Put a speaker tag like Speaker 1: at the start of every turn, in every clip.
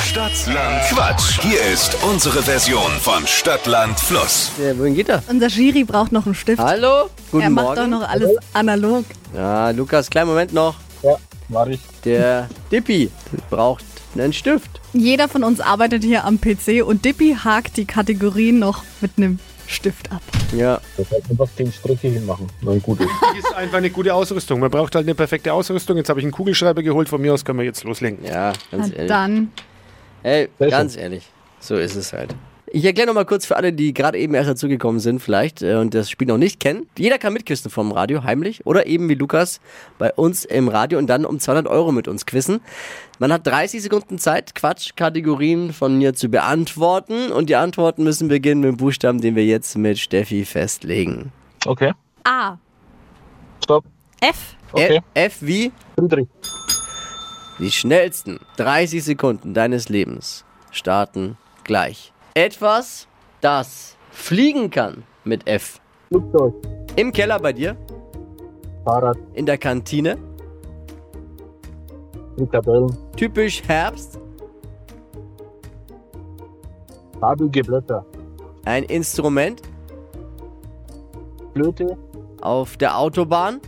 Speaker 1: Stadtland Quatsch. Hier ist unsere Version von Stadtland Fluss.
Speaker 2: Ja, wohin geht er?
Speaker 3: Unser Schiri braucht noch einen Stift.
Speaker 2: Hallo? Guten
Speaker 3: er macht
Speaker 2: Morgen.
Speaker 3: doch noch alles analog.
Speaker 2: Ja, Lukas, kleinen Moment noch.
Speaker 4: Ja, mach ich.
Speaker 2: Der Dippi braucht einen Stift.
Speaker 3: Jeder von uns arbeitet hier am PC und Dippy hakt die Kategorien noch mit einem Stift ab.
Speaker 2: Ja,
Speaker 4: Das heißt einfach zehn Striche hinmachen. Dann gut ist.
Speaker 5: ist einfach eine gute Ausrüstung. Man braucht halt eine perfekte Ausrüstung. Jetzt habe ich einen Kugelschreiber geholt. Von mir aus können wir jetzt loslegen.
Speaker 2: ja, ganz
Speaker 3: Na
Speaker 2: ehrlich.
Speaker 3: dann.
Speaker 2: Ey,
Speaker 4: Sehr
Speaker 2: ganz ehrlich. So ist es halt. Ich erkläre nochmal kurz für alle, die gerade eben erst dazugekommen sind vielleicht äh, und das Spiel noch nicht kennen. Jeder kann mitküssen vom Radio, heimlich oder eben wie Lukas bei uns im Radio und dann um 200 Euro mit uns quizzen. Man hat 30 Sekunden Zeit, Quatschkategorien von mir zu beantworten und die Antworten müssen beginnen mit dem Buchstaben, den wir jetzt mit Steffi festlegen.
Speaker 4: Okay,
Speaker 3: A.
Speaker 4: stopp.
Speaker 3: F.
Speaker 4: Okay.
Speaker 2: F, F wie?
Speaker 4: Friedrich.
Speaker 2: Die schnellsten 30 Sekunden deines Lebens starten gleich. Etwas, das fliegen kann mit F.
Speaker 4: Flugzeug.
Speaker 2: Im Keller bei dir,
Speaker 4: Fahrrad.
Speaker 2: in der Kantine,
Speaker 4: Frikadellen.
Speaker 2: typisch Herbst,
Speaker 4: Farbige Blätter.
Speaker 2: ein Instrument,
Speaker 4: Flöte.
Speaker 2: auf der Autobahn,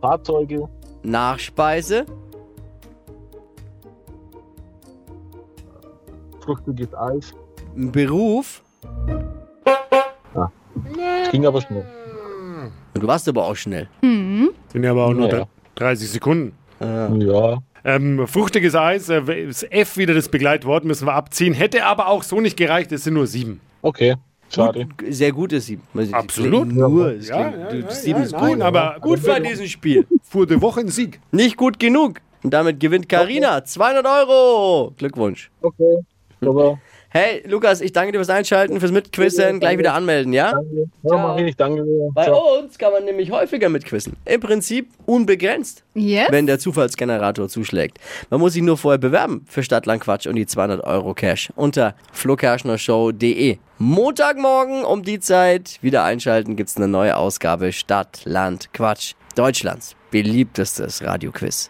Speaker 4: Fahrzeuge.
Speaker 2: Nachspeise,
Speaker 4: Fruchtiges Eis.
Speaker 2: Beruf.
Speaker 4: Ging aber schnell.
Speaker 2: Du warst aber auch schnell.
Speaker 5: Sind ja aber auch nur
Speaker 4: Ja.
Speaker 5: dr- 30 Sekunden.
Speaker 4: Ja.
Speaker 5: Ähm, fruchtiges Eis, äh, das F wieder das Begleitwort, müssen wir abziehen. Hätte aber auch so nicht gereicht, es sind nur sieben.
Speaker 4: Okay. Schade.
Speaker 2: Gut, sehr gutes Sieben. Man-
Speaker 5: Absolut.
Speaker 2: Nur, es
Speaker 5: Ja,
Speaker 2: klingt,
Speaker 5: ja,
Speaker 2: du,
Speaker 5: ja,
Speaker 2: Sieben
Speaker 5: ja,
Speaker 2: ist
Speaker 5: nein,
Speaker 2: gut.
Speaker 5: aber-
Speaker 2: gut bei diesem Spiel.
Speaker 5: Fuhr die Woche ein Sieg.
Speaker 2: Nicht gut genug. Und damit gewinnt Karina 200 Euro. Glückwunsch.
Speaker 4: Okay. Aber
Speaker 2: Hey, Lukas, ich danke dir fürs Einschalten, fürs Mitquissen. Gleich wieder anmelden, ja?
Speaker 4: danke. Ja, mach ich. Danke.
Speaker 2: Bei
Speaker 4: Ciao.
Speaker 2: uns kann man nämlich häufiger mitquissen. Im Prinzip unbegrenzt,
Speaker 3: Yes.
Speaker 2: wenn der Zufallsgenerator zuschlägt. Man muss sich nur vorher bewerben für Stadtlandquatsch und die 200 Euro Cash unter flokerschnershow.de. Montagmorgen um die Zeit wieder einschalten gibt's eine neue Ausgabe Stadtlandquatsch. Deutschlands beliebtestes Radioquiz.